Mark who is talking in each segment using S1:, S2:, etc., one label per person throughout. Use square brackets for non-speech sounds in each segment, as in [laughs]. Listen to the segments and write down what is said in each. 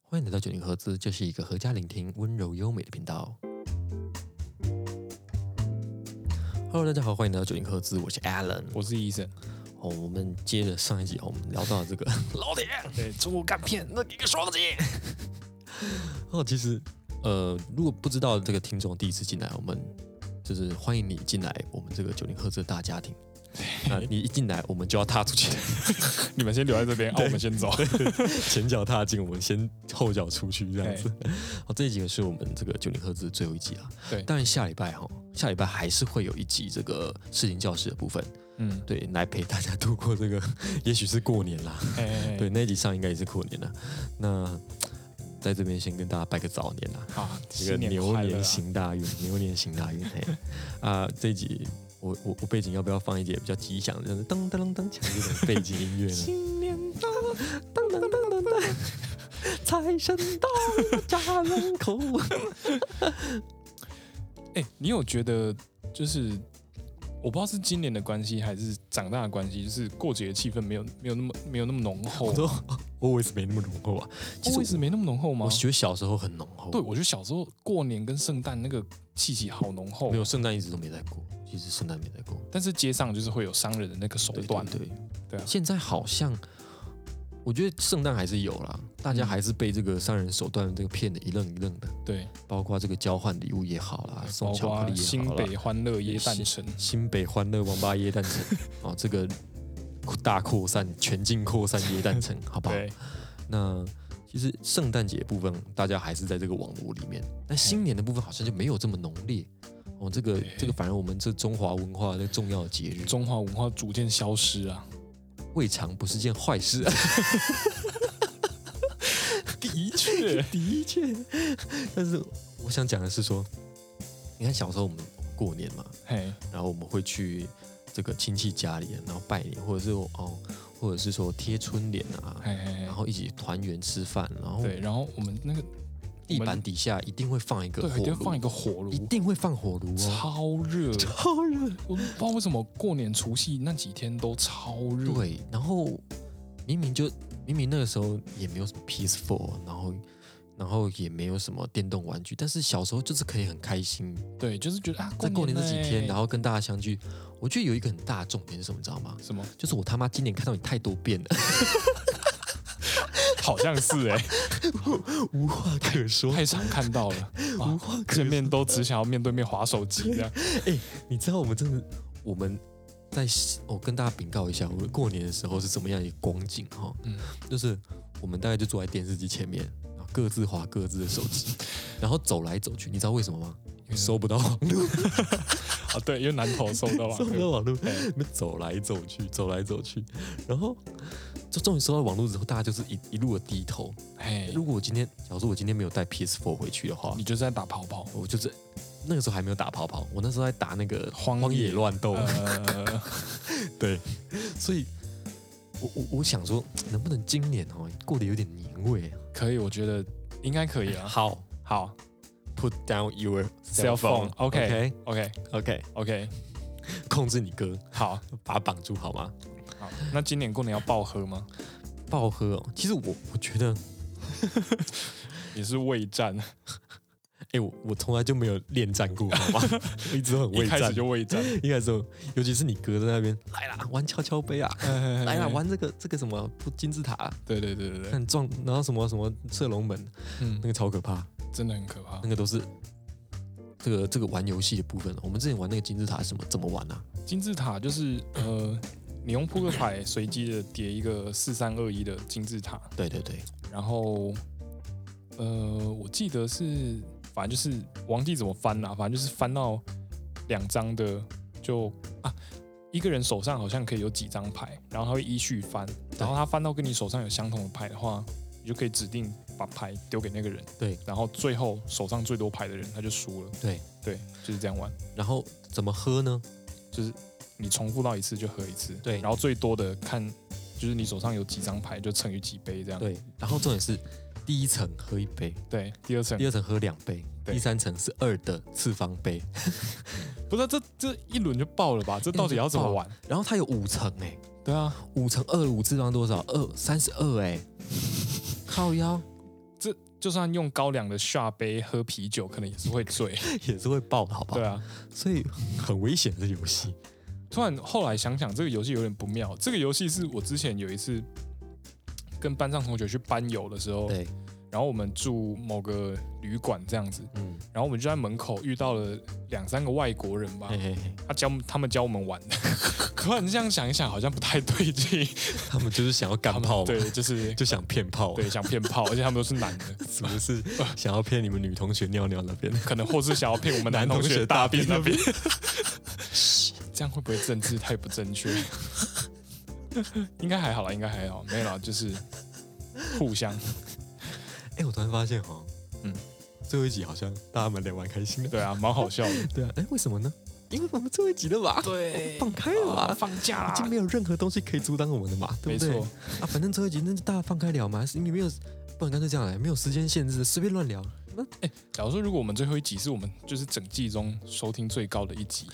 S1: 欢迎来到九零合资，这是一个合家聆听、温柔优美的频道。Hello，大家好，欢迎来到九零合资，我是 Alan。
S2: 我是医生，
S1: 哦，我们接着上一集，哦我们聊到了这个老铁，
S2: 对，中国干片，那一个双击。
S1: [laughs] 哦，其实 [laughs] 呃，如果不知道这个听众第一次进来，我们就是欢迎你进来我们这个九零赫兹的大家庭。那你一进来，我们就要踏出去，
S2: [laughs] 你们先留在这边，啊，我们先走。
S1: 前脚踏进，我们先后脚出去，这样子。 [laughs] 好，这一集是我们这个九零赫兹最后一集啊。
S2: 对
S1: 当然下礼拜哈，下礼拜还是会有一集这个视听教室的部分，
S2: [laughs] 嗯，
S1: 对，来陪大家度过这个， [laughs] 也许是过年啦，
S2: 哎哎，哎
S1: 对，，那一集上应该也是过年了。那在这边先跟大家拜个早年啦，
S2: 好，
S1: 这个
S2: 新年
S1: 牛
S2: 快乐
S1: 年
S2: 啊，
S1: 行大运， [laughs] 牛年行大运。嘿，啊，这一集我我我背景要不要放一点比较吉祥的，就是噔噔噔噔，这种背景音乐呢？
S2: 新年到，
S1: 噔噔噔噔噔，财神到了家门口。
S2: 哎，你有觉得就是我不知道是今年的关系还是长大的关系，就是过节的气氛没有没有那么没有那么浓厚
S1: 我，说 always 没那么浓厚啊，其
S2: 其
S1: 实
S2: 实没那么浓厚
S1: 我
S2: 吗
S1: 我？觉得小时候很浓厚，
S2: 对，，我觉得小时候过年跟圣诞那个气息好浓厚
S1: 没，有圣诞一直都没在过，其实圣诞没在过。
S2: 但是街上就是会有商人的那个手
S1: 对
S2: 段，
S1: 对对
S2: 对啊
S1: 现在好像我觉得圣诞还是有啦，大家还是被这个商人手段这个骗的一愣一愣的，
S2: 对，
S1: 包括这个交换礼物也好啦，啊送
S2: 包
S1: 巧克
S2: 括
S1: 力也
S2: 新
S1: 好啦，
S2: 北欢乐椰蛋城，
S1: 新北欢乐王八椰蛋城哦，这个大扩散，全境扩散椰蛋城，好不好？
S2: 对，
S1: 那其实圣诞节部分大家还是在这个网络里面，但新年的部分好像就没有这么浓烈。哦，这个
S2: 对
S1: 这个，反而我们这中华文化的重要节日，
S2: 中华文化逐渐消失啊。
S1: 未尝不是件坏事、啊。
S2: 的确，
S1: [laughs] 的确，但是我想讲的是说，你看小时候我们过年嘛，
S2: [laughs] 嘿，
S1: 然后我们会去这个亲戚家里，然后拜年，或者是哦，或者是说贴春联啊，
S2: 嘿嘿
S1: 然
S2: 嘿，
S1: 后一起团圆吃饭，然后
S2: 对，然后我们那个
S1: 地
S2: 我
S1: 板
S2: 们
S1: 底下一定会放一个
S2: 对，
S1: 火
S2: 一定要放一
S1: 炉，
S2: 个火
S1: 一
S2: 炉，
S1: 定会放火炉哦，
S2: 超热，
S1: 超热。
S2: 我不知道为什么过年除夕那几天都超热，
S1: 对，然后明明就明明那个时候也没有什么 peaceful，然后然后也没有什么电动玩具，但是小时候就是可以很开心，
S2: 对，就是觉得啊，
S1: 在过年这几天，然
S2: 后
S1: 后跟大家相聚。我觉得有一个很大的重点是什么，你知道吗？ [laughs]
S2: 什么，
S1: 就是我他妈今年看到你太多遍了，
S2: 好像是哎，
S1: 无话可说。
S2: 太常看
S1: [laughs]
S2: 到了，
S1: 无
S2: 啊
S1: 话可
S2: 见面都只想要面对面划手机这
S1: [laughs]
S2: 样，
S1: 哎你知道我们真的，我们在我、跟大家禀告一下，我们过年的时候是怎么样一个光景哈、
S2: 嗯
S1: 就是我们大概就坐在电视机前面，然后各自划各自的手机，然后走来走去，你知道为什么吗？因为收不到网络，
S2: 啊，对，因为南投收
S1: [laughs]
S2: 到了
S1: 收，不到网络，
S2: 哎
S1: 你们走来走去，走来走去，然后就终于收到网络之后，大家就是一一路的低头。
S2: 嘿，
S1: 如果我今天，假如说我今天没有带 PS4 回去的话
S2: 哎你，就是在打跑跑，
S1: 我就是那个时候还没有打跑跑，我那时候在打那个
S2: 荒
S1: 荒野
S2: 野
S1: 乱斗。
S2: 呃，
S1: 对，所以我我我想说，能不能今年哦过得有点年味啊？
S2: 可以，我觉得应该可以
S1: [laughs]
S2: 啊，
S1: 好
S2: 好
S1: ，Put down your
S2: ，cell
S1: OK
S2: phone，OK OK
S1: OK，
S2: OK，
S1: 控制你哥，
S2: 好。
S1: 把他绑住好吗？
S2: 好，那今年过年要爆喝吗？
S1: 爆喝哦！其实我我觉得，
S2: 也是畏战，
S1: 哎、我我从来就没有恋战过， [laughs] 好吗？我一直都很
S2: 一
S1: 畏
S2: 开
S1: 战
S2: 始，就畏战，
S1: 一开始就，尤其是你哥在那边来啦，玩跷跷杯啊，来
S2: 来
S1: 啦，，玩这个这个什么金字塔、啊，
S2: 对对对对对，
S1: 看撞，然后什么什么射龙门，
S2: 嗯
S1: 那，个超可怕。
S2: 真的很可怕
S1: 那。个都是这个这个玩游戏的部分。我们之前玩那个金字塔什么怎么玩啊？
S2: 金字塔就是呃，你用扑克牌随机的叠一个四三二一的金字塔，
S1: 对对对，
S2: 然后呃，我记得是反正就是我忘记怎么翻啦、反正就是翻到两张的就啊。一个人手上好像可以有几张牌，然后他会依序翻，然后他翻到跟你手上有相同的牌的话，你就可以指定把牌丢给那个人。
S1: 对，
S2: 然后最后手上最多牌的人他就输了。
S1: 对
S2: 对，就是这样玩，
S1: 然后怎么喝呢？
S2: 就是你重复到一次就喝一次。
S1: 对
S2: 然后最多的看就是你手上有几张牌就乘以几杯这样。
S1: 对，然后重点是第一层喝一杯，
S2: 对，第二层
S1: 第二层喝两杯，
S2: 对
S1: 第三层是二的次方杯，
S2: 不是这这一轮就爆了吧？这到底要怎么玩？
S1: 然后它有五层哎、
S2: 对啊，
S1: 欸五乘二五次方多少？二三十二哎，靠腰。
S2: 这就算用高粱的下杯喝啤酒，可能也是会 [laughs] 醉。
S1: [laughs] 也是会爆的，好不好？
S2: 对啊，
S1: 所以很危险这个游戏。
S2: 突然后来想想，这个游戏有点不妙。这个游戏是我之前有一次跟班上同学去班游的时候，
S1: 对，
S2: 然后我们住某个旅馆这样子，
S1: 嗯，
S2: 然后我们就在门口遇到了两三个外国人吧
S1: 嘿，嘿嘿，
S2: 他教他们教我们玩 [laughs] 的。突然这样想一想，好像不太对劲。
S1: 他们就是想要干炮嘛，
S2: 对，就是
S1: 就想骗炮，
S2: 对，想骗炮，而且他们都是男的，
S1: [laughs] 是不是 [laughs] 想要骗你们女同学尿尿那边？
S2: 可能或是想要骗我们
S1: 男
S2: 男同
S1: 同学
S2: 学
S1: 大
S2: 大
S1: 便那
S2: 便那
S1: 边
S2: 边。 [laughs] 这样会不会政治太不正确？应该还好啦，应该还好，没有啦，就是互相
S1: [laughs] 哎、我突然发现哦，嗯
S2: 嗯，
S1: 最后一集好像大家蛮聊蛮开心的。
S2: 对啊，蛮好笑的。
S1: 对啊，哎、为什么呢？因为我们最后一集了吧？
S2: 对
S1: 放开了吧
S2: 啊放假
S1: 已经
S2: 啦
S1: 没，有任何东西可以阻挡我们的嘛，对
S2: 没
S1: 不对？
S2: 错，
S1: 啊，反正最后一集那就大家放开聊嘛，是你没有，不然干脆这样啊来，没有时间限制，随便乱聊。那
S2: 哎假如说，如果我们最后一集是我们就是整季中收听最高的一集，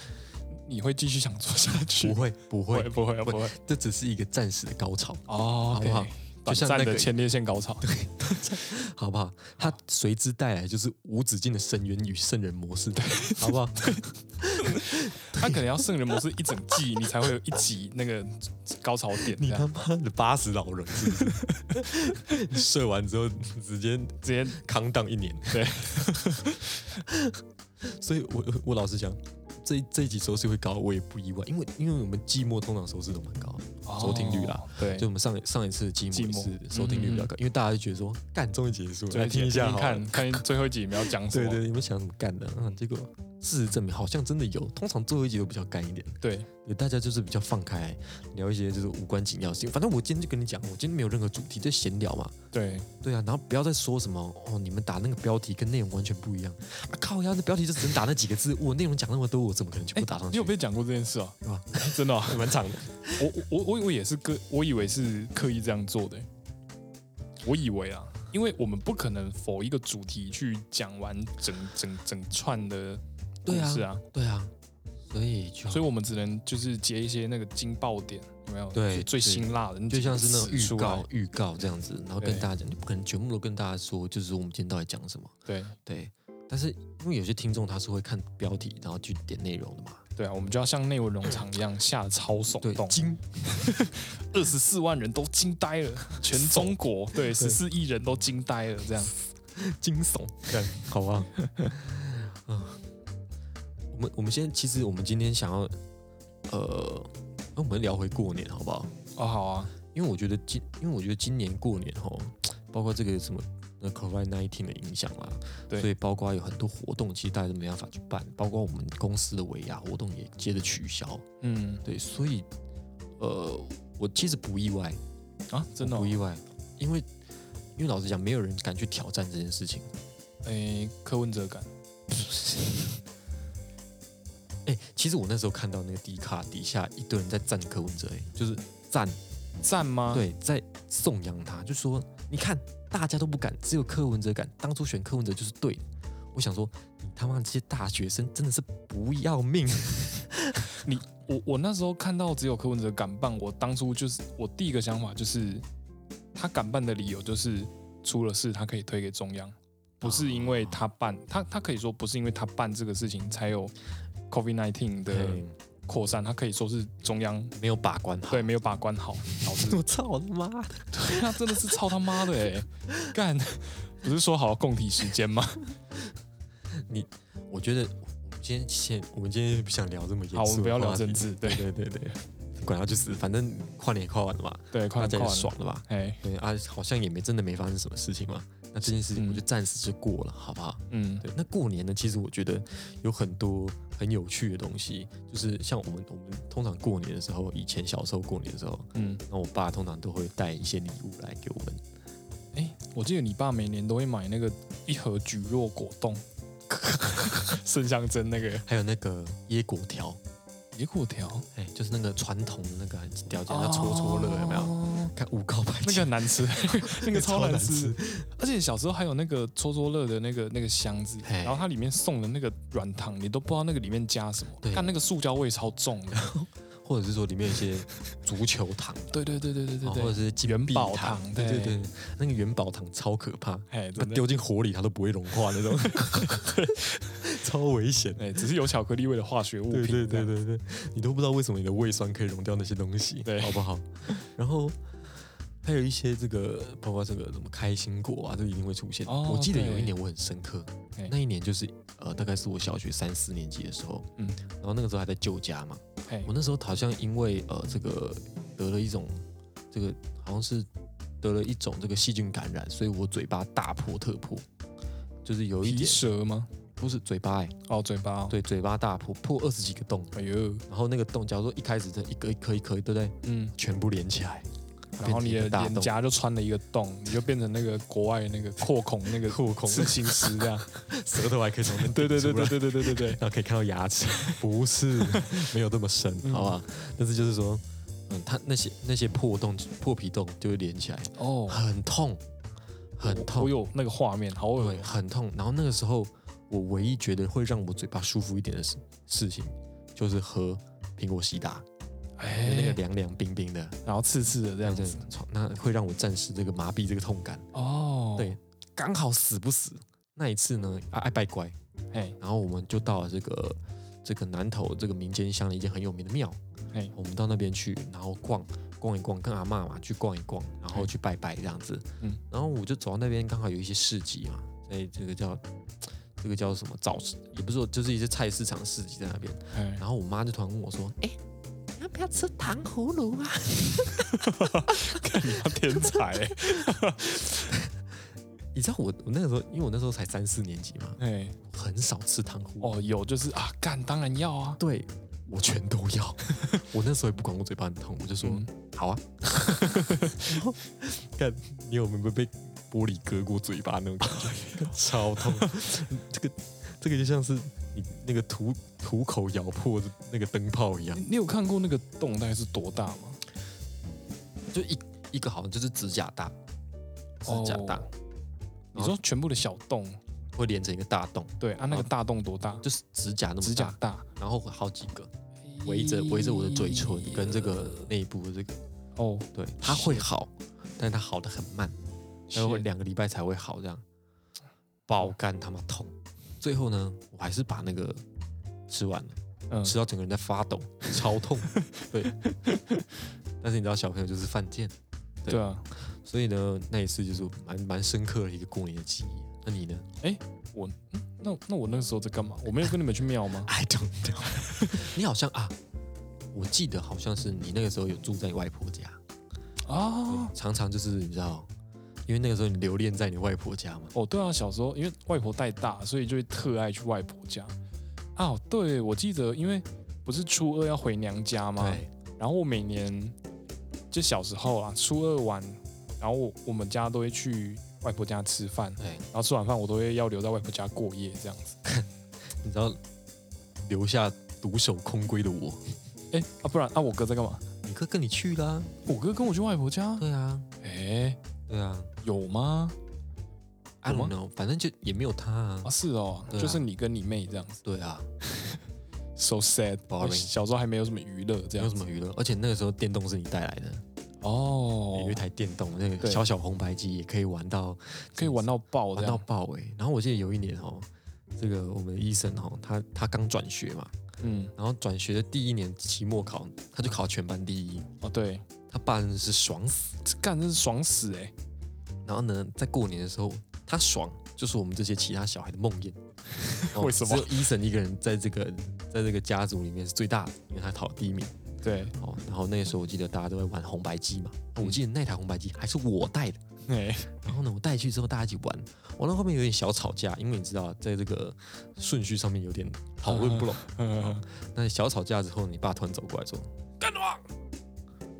S2: 你会继续想做下去？
S1: 不会，不会，
S2: 不会，不会。
S1: 这只是一个暂时的高潮，
S2: 哦，
S1: 好不好
S2: OK？
S1: 就
S2: 短
S1: 像
S2: 暂
S1: 那
S2: 的
S1: 个
S2: 前列
S1: [laughs]
S2: 腺高潮，
S1: 好不好？它随之带来就是无止境的深渊与圣人模式，好不 [laughs] 好？
S2: 他可能要圣人模式一整季，你才会有一集那个高潮点。
S1: 你
S2: 这
S1: 他
S2: 样
S1: 妈的八十老人是不是？ [laughs] 你射完之后直接
S2: 直接
S1: 扛当一年，
S2: 对。
S1: [laughs] 所以我我老实讲，这一这一集收视会高，我也不意外，因为因为我们季末通常收视都蛮高的，收听率啦
S2: 哦，对，嗯
S1: 就我们上一上一次的季末
S2: 季
S1: 也
S2: 末
S1: 是收听率比较高，因为大家就觉得说，干终于结束了，
S2: 对
S1: 来听一下好了，
S2: 看看最后一集你们要讲什
S1: 对
S2: 么？
S1: 对，你们想怎么干的？嗯，结果事实证明好像真的有，通常最后一集都比较干一点，
S2: 对
S1: 对，大家就是比较放开聊一些就是无关紧要的事情，反正我今天就跟你讲，我今天没有任何主题，就闲聊嘛，
S2: 对
S1: 对啊，然后不要再说什么哦，你们打那个标题跟内容完全不一样。啊、靠呀，那标题就只能打那几个字，我内容讲那么多，我怎么可能全部打上
S2: 哎你
S1: 去？
S2: 有被讲过这件事哦
S1: 有啊？
S2: [laughs] 真的哦，
S1: [laughs] 蛮长的，
S2: 我我我我也是刻，我以为是刻意这样做的欸，我以为啊，因为我们不可能否一个主题去讲完整整整串的故
S1: 对啊
S2: 事啊，
S1: 对啊，所以就
S2: 所以我们只能就是截一些那个惊爆点，有没有？
S1: 对
S2: 就
S1: 对
S2: 最辛辣的，
S1: 就像是那种
S2: 种
S1: 预告，预告这样子，然后跟
S2: 啊对
S1: 大家讲，你不可能全部都跟大家说，就是说我们今天到底讲什么，
S2: 对
S1: 对。但是因为有些听众他是会看标题，然后去点内容的
S2: [laughs]
S1: 嘛，
S2: 对啊，我们就要像内文农场一样下得超耸
S1: 对，
S2: 动，
S1: 惊
S2: [laughs] 二十四万人都惊呆了，全中国 [laughs] 对
S1: 对
S2: 十四亿人都惊呆了，这样
S1: 惊悚，看好
S2: [laughs]
S1: 吧？嗯，我们我们先，其实我们今天想要，呃，那我们聊回过年好不好？
S2: 哦好啊，
S1: 因为我觉得今，因为我觉得今年过年吼，包括这个什么那 COVID nineteen 的影响啦，
S2: 对
S1: 所以包括有很多活动，其实大家都没办法去办，包括我们公司的尾牙活动也接着取消，
S2: 嗯
S1: 对，所以，呃，我其实不意外，
S2: 啊真的
S1: 我
S2: 哦
S1: 不，意外，因为因为老实讲，没有人敢去挑战这件事情。
S2: 诶柯文哲感，
S1: 哎、其实我那时候看到那个迪卡底下一堆人在赞柯文哲、哎，就是赞，
S2: 赞吗？
S1: 对，在颂扬他，就说你看大家都不敢，只有柯文哲敢，当初选柯文哲就是对的。我想说，你他妈这些大学生真的是不要命， [laughs]
S2: 我我那时候看到只有柯文哲敢办，我当初就是我第一个想法就是，他敢办的理由就是出了事他可以推给中央，不是因为他办，他他可以说不是因为他办这个事情才有 COVID 19的
S1: 嘿
S2: 扩散，他可以说是中央
S1: 没有把关好。。
S2: 对，没有把关好导致
S1: 我操他妈的！
S2: 对啊，真的是操他妈的哎、干，不是说好共体时间吗？
S1: 我觉得我们今天先，我们今天不想聊这么严肃，
S2: 好，我们不要聊政。治，对
S1: 对对 [laughs] 对，管他去死，反正跨年也跨完了嘛，
S2: 对，快
S1: 大
S2: 了
S1: 家
S2: 快
S1: 也
S2: 了，
S1: 爽了吧？
S2: 哎，
S1: 对啊，好像也没真的没发生什么事情嘛。那这件事情我就暂时就过了，好不好？
S2: 嗯，
S1: 对，那过年呢，其实我觉得有很多很有趣的东西，就是像我们我们通常过年的时候，以前小时候过年的时候，
S2: 嗯，
S1: 那我爸通常都会带一些礼物来给我们。
S2: 哎、我记得你爸每年都会买那个一盒菊若果冻， [laughs] 圣香针那个
S1: 还有那个椰果条，
S2: 野果条，
S1: 哎，就是那个传统的那个条
S2: 哎
S1: 条要搓搓乐，有没有？
S2: 有？
S1: 看五告白
S2: 哦那个很难吃，那个超难吃
S1: 超难。
S2: 而且小时候还有那个搓搓乐的那个那个箱子，
S1: 嘿
S2: 然后它里面送的那个软糖，你都不知道那个里面加什么
S1: 对，
S2: 但那个塑胶味超重的。
S1: 或者是说里面有一些足球糖，
S2: 对对对对对对
S1: 哦或者
S2: 对，
S1: 是金
S2: 元
S1: 币
S2: 宝糖
S1: 对对
S2: 对
S1: 对，那个元宝糖超可怕，
S2: 哎，
S1: 它
S2: 真的，
S1: 丢进火里它都不会融化那种， [laughs] 超危险。
S2: 哎，只是有巧克力味的化学物
S1: 对
S2: 品这
S1: 对
S2: 样，
S1: 对对对，你都不知道为什么你的胃酸可以溶掉那些东西，
S2: 对
S1: 好不好？然后还有一些这个，包括这个什么开心果啊，这一定会出现。
S2: 哦
S1: 我记得
S2: 对
S1: 有一年我很深刻
S2: 嘿，
S1: 那一年就是呃，大概是我小学三四年级的时候，
S2: 嗯
S1: 嗯，然后那个时候还在旧家嘛，
S2: 哎
S1: 我，那时候好像因为呃这个得了一种这个好像是得了一种这个细菌感染，所以我嘴巴大破特破，就是有一
S2: 皮
S1: 点
S2: 蛇吗？
S1: 不是嘴巴哎、
S2: 哦，嘴巴、哦，
S1: 对，嘴巴大破破二十几个洞。
S2: 哎呦，
S1: 然后那个洞，假如说一开始这一颗一颗一颗，对不对？
S2: 嗯，
S1: 全部连起 [laughs] 来，
S2: 然后你
S1: 变成一个
S2: 的
S1: 大
S2: 脸
S1: 洞，
S2: 颊就穿了一个洞，你就变成那个国外那个扩孔那个
S1: 扩孔
S2: 刺青师
S1: [laughs]
S2: 这样，
S1: 舌头还可以从那边
S2: 对对对
S1: 顶出
S2: 对
S1: 来，
S2: 对对对对对，
S1: 然后可以看到牙齿， [laughs] 嗯不是没有这么深，好吧？但是就是说，嗯，它那些那些破洞、破皮洞就会连起来，
S2: 哦，
S1: 很痛，很
S2: 我我
S1: 痛，
S2: 有那个画面，好恶
S1: 对，很痛。然后那个时候，我唯一觉得会让我嘴巴舒服一点的事事情，就是喝苹果西达，因为那个
S2: 哎，
S1: 凉凉冰冰的，
S2: 然后刺刺的这
S1: 这
S2: 样
S1: 样
S2: 子
S1: 子，，那会让我暂时这个麻痹这个痛感。
S2: 哦，
S1: 对，刚好死不死那一次呢，啊爱爱拜乖，
S2: 哎，
S1: 然后我们就到了这个这个南头这个民间乡的一间很有名的庙，
S2: 嘿
S1: 我们到那边去，然后逛逛一逛，跟阿嬷嘛去逛一逛，然后
S2: 嘿
S1: 去拜拜这样子，
S2: 嗯
S1: 然后我就走到那边，刚好有一些市集嘛，在这个叫这个叫什么早市，也不是说就是一些菜市场市集在那边， [laughs]
S2: 哎，
S1: 然后我妈就突然问我说，哎、你要不要吃糖葫芦啊？
S2: 看你妈天才，
S1: 你知道我我那个时候，因为我那时候才三四年级嘛，
S2: [laughs] 哎，
S1: 我很少吃糖葫芦。
S2: 哦，有就是啊，干当然要啊，
S1: 对我全都 [laughs] 要。我那时候也不管我嘴巴很痛，我就说、
S2: 嗯
S1: 好啊。然后看你有没有被玻璃割过嘴巴那种感觉， [laughs] 超痛。这个这个就像是你那个土土口咬破的那个灯泡一样
S2: 你，你有看过那个洞大概是多大吗？
S1: 就一一个好像就是指甲大，指甲大、
S2: 哦你说全部的小洞，
S1: 会连成一个大洞，
S2: 对啊，那个大洞多大？
S1: 就是指甲那么
S2: 指甲
S1: 大，
S2: 大，
S1: 然后好几个围着围着我的嘴唇跟这个内部的这个。
S2: 哦，
S1: 对，它会好，但它好的很慢，它会
S2: 是
S1: 两个礼拜才会好，这样爆肝他妈痛。最后呢，我还是把那个吃完了，
S2: 嗯
S1: 吃到整个人在发抖，超 [laughs] 痛。对，但是你知道小朋友就是犯贱，对
S2: 对啊，
S1: 所以呢，那一次就是蛮蛮深刻的一个过年的记忆。那你呢？
S2: 我嗯那那我那个时候在干嘛？我没有跟你们去庙吗
S1: ？I [laughs] don't know 。 [laughs] 你好像啊，我记得好像是你那个时候有住在外婆家，
S2: 啊
S1: 对，常常就是你知道，因为那个时候你留恋在你外婆家嘛。
S2: 哦，对啊，小时候因为外婆带大，所以就会特爱去外婆家。啊，对，我记得，因为不是初二要回娘家吗？
S1: 对，
S2: 然后我每年就小时候啊，初二晚，然后我我们家都会去外婆家吃饭，
S1: 对。
S2: 然后吃完饭我都会要留在外婆家过夜这样子。
S1: 你知道留下独守空闺的我，
S2: 哎，啊，不然啊，我哥在干嘛？
S1: 你哥跟你去啦。
S2: 我哥跟我去外婆家。
S1: 对啊，
S2: 哎，
S1: 对啊
S2: 有吗？
S1: ，I
S2: 有
S1: don't
S2: 吗
S1: know，反正就也没有他啊
S2: 啊，。是哦，
S1: 对啊
S2: 就是你跟你妹这样子。
S1: 对啊，
S2: so sad。
S1: Boring
S2: 小时候还没有什么娱乐，这
S1: 没
S2: 样
S1: 有什么娱乐，而且那个时候电动是你带来的，
S2: 哦
S1: 有一，台电动那个
S2: 对
S1: 小小红白机也可以玩到
S2: 可以玩到爆这
S1: 玩到
S2: 样。
S1: 爆哎、然后我记得有一年哦，这个我们的医生哦，他他刚转学嘛，
S2: 嗯，
S1: 然后转学的第一年期末考，他就考全班第一，
S2: 哦对，
S1: 他爸真的是爽死。
S2: 这干真是爽死哎、
S1: 然后呢，在过年的时候，他爽就是我们这些其他小孩的梦魇。哦
S2: 为什么
S1: 只有医生一个人在这个在这个家族里面是最大的，因为他考第一名。
S2: 对，
S1: 哦，然后那个时候我记得大家都在玩红白机嘛，那我记得那台红白机还是我带的。
S2: 哎、
S1: 然后呢，我带去之后大家一起玩，玩到后面有点小吵架，因为你知道在这个顺序上面有点讨论不拢。
S2: 嗯，
S1: 那小吵架之后，你爸突然走过来说：“干什么？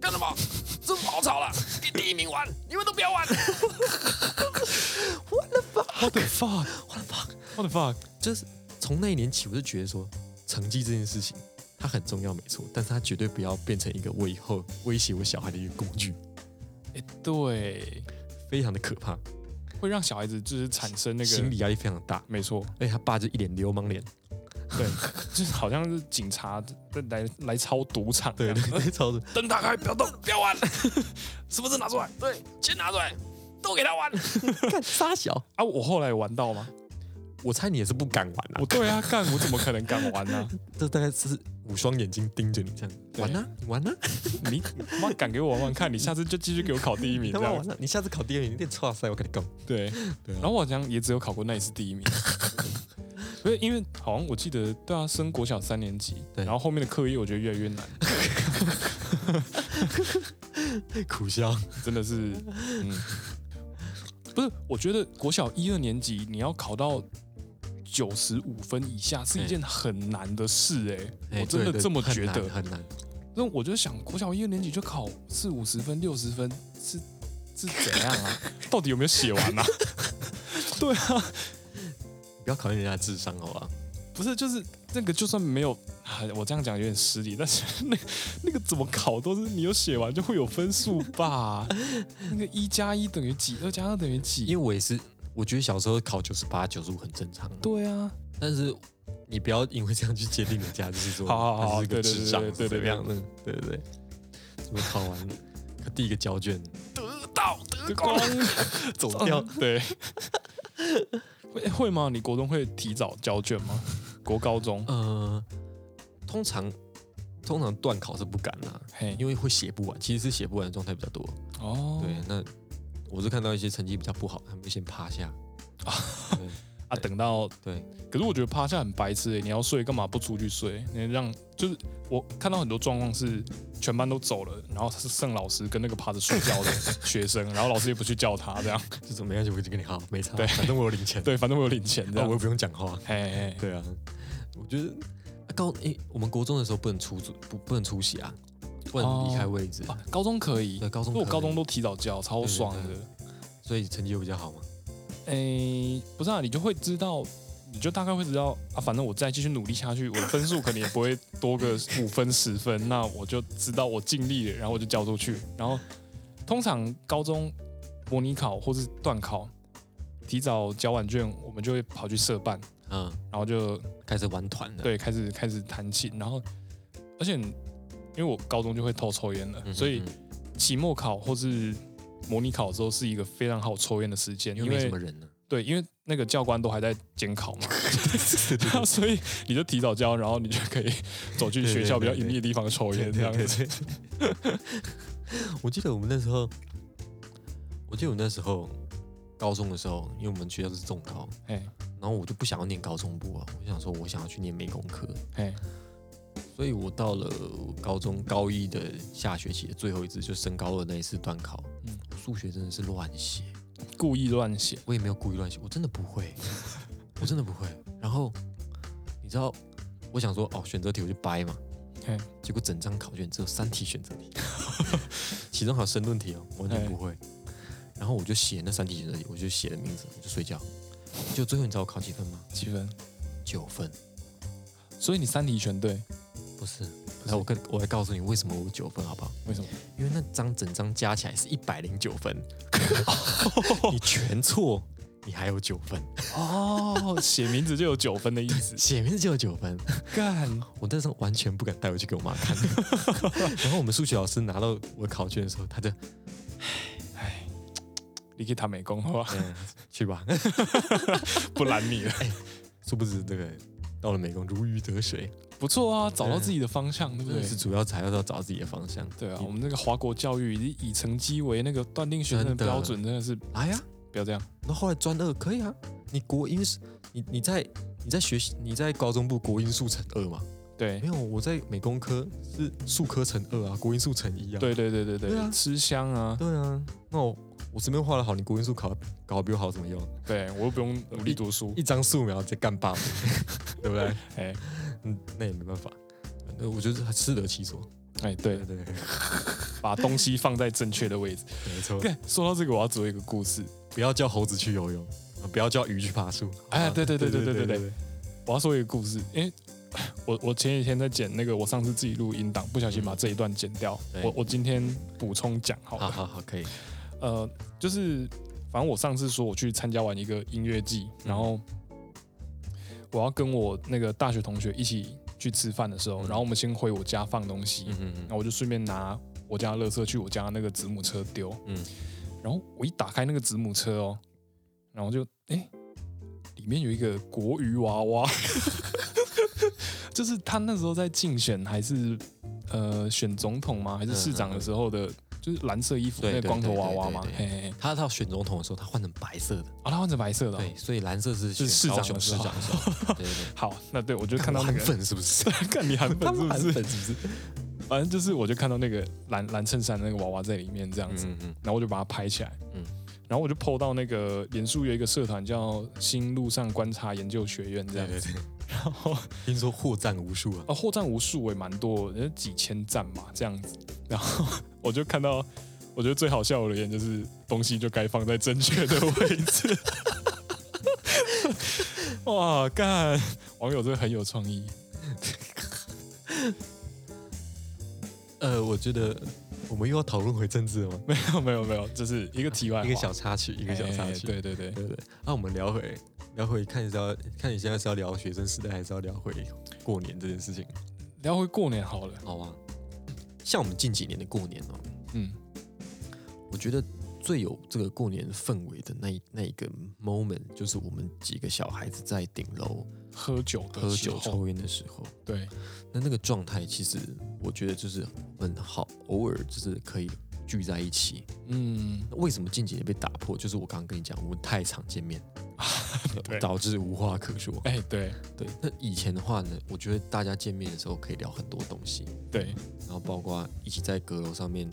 S1: 干什么？这么好吵了，给第一名玩，你们都不要玩。”
S2: What the fuck？What
S1: [laughs] What the fuck？
S2: the fuck？
S1: 就是从那一年起，我就觉得说，成绩这件事情它很重要，没错，但是它绝对不要变成一个我以后威胁我小孩的一个工具，
S2: 哎、对，
S1: 非常的可怕，
S2: 会让小孩子就是产生那个
S1: 心理压力非常大。
S2: 没错，
S1: 而且他爸就一脸流氓脸， [laughs]
S2: 对，就是好像是警察在来来抄赌场这
S1: 对，
S2: 样，
S1: 那个那个超
S2: [laughs]
S1: 人
S2: 灯打开，不要动，不要玩， [laughs] 什么字拿出来，对，先拿出来，都给他玩
S1: 干傻小，
S2: 啊！我后来有玩到吗？
S1: 我猜你也是不敢玩啊
S2: 我。对啊，干我怎么可能敢玩啊呢、
S1: 这大概是五双眼睛盯着你这样，
S2: 对
S1: 玩啊，你玩啊，
S2: [laughs] 你你妈敢给我玩玩看，你下次就继续给我考第一名
S1: [laughs] 你他
S2: 这
S1: 妈
S2: 样
S1: 玩。啊！你下次考第二名，你练错赛，我跟你讲。
S2: 对，
S1: 对啊
S2: 然后我好像也只有考过那一次第一名， [laughs] 不是因为好像我记得对啊，升国小三年级，
S1: 对
S2: 然后后面的课业我觉得越来越难，
S1: 苦笑，
S2: 真
S1: [laughs]
S2: 的是，嗯，不是，我觉得国小一二年级你要考到。九十五分以下是一件很难的事哎、
S1: 哎
S2: 我真的
S1: 对对
S2: 这么
S1: 很
S2: 觉
S1: 难
S2: 得。
S1: 很难。
S2: 那我就想，国小一二年级就考四五十分、六十分，是是怎样
S1: [laughs]
S2: 啊？到底有没有写完啊？ [laughs] 对啊，
S1: 你不要考验人家的智商，好吧？
S2: 不是，就是那个，就算没有，啊我这样讲有点失礼，但是那那个怎么考都是你有写完就会有分数吧？那个一加一等于几，二加二等于
S1: 因为
S2: 几？
S1: 我也是，我觉得小时候考九十八、九十五很正常。
S2: 对啊，
S1: 但是你不要因为这样去界定人家，就是说
S2: [laughs] 好好好
S1: 他是个
S2: 对对
S1: 智障，
S2: 对对
S1: 是
S2: 对
S1: 怎
S2: 对
S1: 样的？对对对，怎么考完第一个交卷
S2: 得到得
S1: 光走掉？
S2: [laughs] 对，会会吗？你国中会提早交卷吗？国高中，
S1: 呃，通常通常断考是不敢啦、
S2: 嘿，
S1: 因为会写不完，其实是写不完的状态比较多。
S2: 哦，
S1: 对，那我是看到一些成绩比较不好，他们就先趴
S2: [laughs]
S1: 下。
S2: 啊，等到
S1: 对，
S2: 可是我觉得趴下很白痴、欸，你要睡干嘛不出去睡？你让就是我看到很多状况是全班都走了，然后是剩老师跟那个趴着睡觉的 [laughs] 学生，然后老师也不去叫他这样。
S1: 就怎么样就我就跟你好，没差，
S2: 对
S1: 反正我有零钱，
S2: [laughs] 对，反正我有领钱这
S1: 那
S2: 样。
S1: 我又不用讲话。
S2: 嘿嘿，嘿
S1: 对啊，我觉得啊高诶、我们国中的时候不能出组不不能出席啊，不能离开位置。
S2: 啊，高中可以，
S1: 对，高中
S2: 因为我
S1: 可
S2: 高中
S1: 以
S2: 都提早交，超爽的
S1: 对。所以成绩有比较好嘛。
S2: 哎、不是啊，你就会知道。你就大概会知道啊，反正我再继续努力下去，我的分数可能也不会多个五分十分，那我就知道我尽力了，然后我就交出去。然后通常高中模拟考或是段考，提早交完卷，我们就会跑去社办，
S1: 嗯，
S2: 然后就
S1: 开始玩团了。，
S2: 对开始开始弹琴，然后而且因为我高中就会偷抽
S1: 嗯
S2: 烟了，所以期末考或是模拟考的时候是一个非常好抽烟的时间，
S1: 因
S2: 因
S1: 为没什
S2: 为
S1: 么人呢、
S2: 对，因为那个教官都还在监考嘛，
S1: 对对
S2: [laughs] 对啊 [laughs] 所以你就提早交，然后你就可以走进学校比较隐秘的地方抽烟这样子。
S1: 对。 [laughs] 我记得我们那时候，我记得我那时候高中的时候，因为我们学校是重高，
S2: 哎
S1: 然后我就不想要念高中部啊，我想说我想要去念美工科，
S2: 哎
S1: 所以我到了高中高一的下学期的最后一次，就升高二那一次段考，
S2: 嗯
S1: 我数学真的是乱写，
S2: 故意乱写，
S1: 我也没有故意乱写，我真的不 [laughs] 会，我真的不会。然后你知道，我想说哦，选择题我就掰嘛
S2: 嘿，
S1: 结果整张考卷只有三题选择题， [laughs] 其中还有申论题哦，我完全不会。然后我就写那三题选择题，我就写了名字，我就睡觉。就最后你知道我考几分吗？
S2: 几分？
S1: 九分，
S2: 所以你三题全对，
S1: 不是。然后我跟我来告诉你为什么我九分好不好？
S2: 为什么？
S1: 因为那张整张加起来是一百零九 [laughs] 分，你全错，你还有九分，。
S2: 哦，写名字就有九分的意思
S1: 写名字就有九分。
S2: [laughs] 干，
S1: 我那时候完全不敢带回去给我妈 [laughs] 看。然后我们数学老师拿到我的考卷的时候，他就
S2: 你给他美工好吧，
S1: 嗯， [laughs] 去吧。
S2: 不拦你了。
S1: 殊不知这个到了美工如鱼得水，
S2: [laughs] 不错啊，找到自己的方向，对不
S1: 真
S2: 对
S1: 的？是主要材料要找自己的方向。
S2: 对啊，
S1: 你
S2: 我们这个华国教育以以成绩为那个断定学生
S1: 真的
S2: 的标准，真的是
S1: 来哎呀、
S2: 不要这样。
S1: 那后来专二可以啊，你国英是，你你在你在学习你在高中部国英数乘二嘛？
S2: 对
S1: 没，有，我在美工科是数科乘二啊，国英数乘一啊。
S2: 对对对对
S1: 对啊
S2: 对，吃香啊，
S1: 对啊，那我我随便画的好，你国英数考考比我好怎么用？
S2: 对我又不用努力读书，
S1: 一张素描直接干爆， [laughs] 对不对？
S2: 哎
S1: 嗯，那也没办法。那我觉得适得其所。
S2: 哎，对
S1: 对，对对，
S2: 把东西放在正确的
S1: [laughs]
S2: 位置。
S1: 没错。
S2: 干说到这个，我要做一个故事。
S1: 不要叫猴子去游泳，啊不要叫鱼去爬树。啊
S2: 哎对对对对对对
S1: 对，
S2: 我要说一个故事，因为 [laughs] 我我前几天在剪那个，我上次自己录音档，不小心把这一段剪掉。
S1: 对
S2: 我我今天补充讲好
S1: 好
S2: 了。
S1: 好好，可以。
S2: 呃，
S1: 嗯
S2: 就是反正我上次说我去参加完一个音乐季，然后我要跟我那个大学同学一起去吃饭的时候，
S1: 嗯
S2: 然后我们先回我家放东西，
S1: 嗯嗯
S2: 那我就顺便拿我家的垃圾去我家那个子母车丢。
S1: 嗯
S2: 然后我一打开那个子母车哦，然后就哎、诶里面有一个国语娃娃， [laughs] 就是他那时候在竞选还是呃选总统吗？还是市长的时候的，就是蓝色衣服
S1: 嗯对
S2: 那个光头娃娃嘛。
S1: 对对
S2: 嘿
S1: 对
S2: 嘿，嘿
S1: 他到选总统的时候，他换成白色的，
S2: 哦，他换成白色的哦、
S1: 对，所以蓝色是
S2: 就是市
S1: 选
S2: 长
S1: 高
S2: 的
S1: 雄
S2: 时
S1: 市
S2: 候
S1: 长的时
S2: [laughs]
S1: 候，对对对，
S2: 好，那对
S1: [laughs]
S2: 我就看到那
S1: 韩
S2: 个 [laughs]
S1: 粉是不是？
S2: 看你韩粉是不
S1: 韩
S2: 是？
S1: 粉是不是？
S2: 反正就是我就看到那个蓝蓝衬衫那个娃娃在里面这样
S1: [laughs]
S2: 子，
S1: 嗯嗯
S2: 然后我就把它拍起来，
S1: 嗯
S2: 然后我就 PO 到那个脸书有一个社团叫新路上观察研究学院这
S1: 对
S2: 样
S1: 对
S2: 子，
S1: 对，
S2: 然后
S1: 听说获赞无数啊，
S2: 啊后站无数也蛮多，有几千站吧这样子，然后我就看到， [laughs] 我觉得最好笑的留言就是东西就该放在正确的位
S1: [laughs]
S2: 置，哇干，网友真的很有创意，
S1: 呃，我觉得我们又要讨论回政治了吗？
S2: 没有没有没有，这是一个题外话
S1: [laughs] 一个小插曲，一个小插
S2: 哎
S1: 曲。
S2: 对对对。
S1: 啊对对对。那、我们聊回聊回，看你是要看你现在是要聊学生时代，还是要聊回过年这件事情？
S2: 聊回过年好了，
S1: 好啊。像我们近几年的过年哦，
S2: 嗯，
S1: 我觉得最有这个过年氛围的那一那一个 moment，就是我们几个小孩子在顶楼
S2: 喝酒的
S1: 喝
S2: 时
S1: 酒
S2: 候
S1: 抽烟的时候，
S2: 对，
S1: 那那个状态，其实我觉得就是很好，偶尔就是可以聚在一起。
S2: 嗯，
S1: 那为什么近几年被打破？就是我刚刚跟你讲，我们太常见面，
S2: 对
S1: 导致无话可说。
S2: 哎、对
S1: 对，那以前的话呢，我觉得大家见面的时候可以聊很多东西，
S2: 对，
S1: 然后包括一起在阁楼上面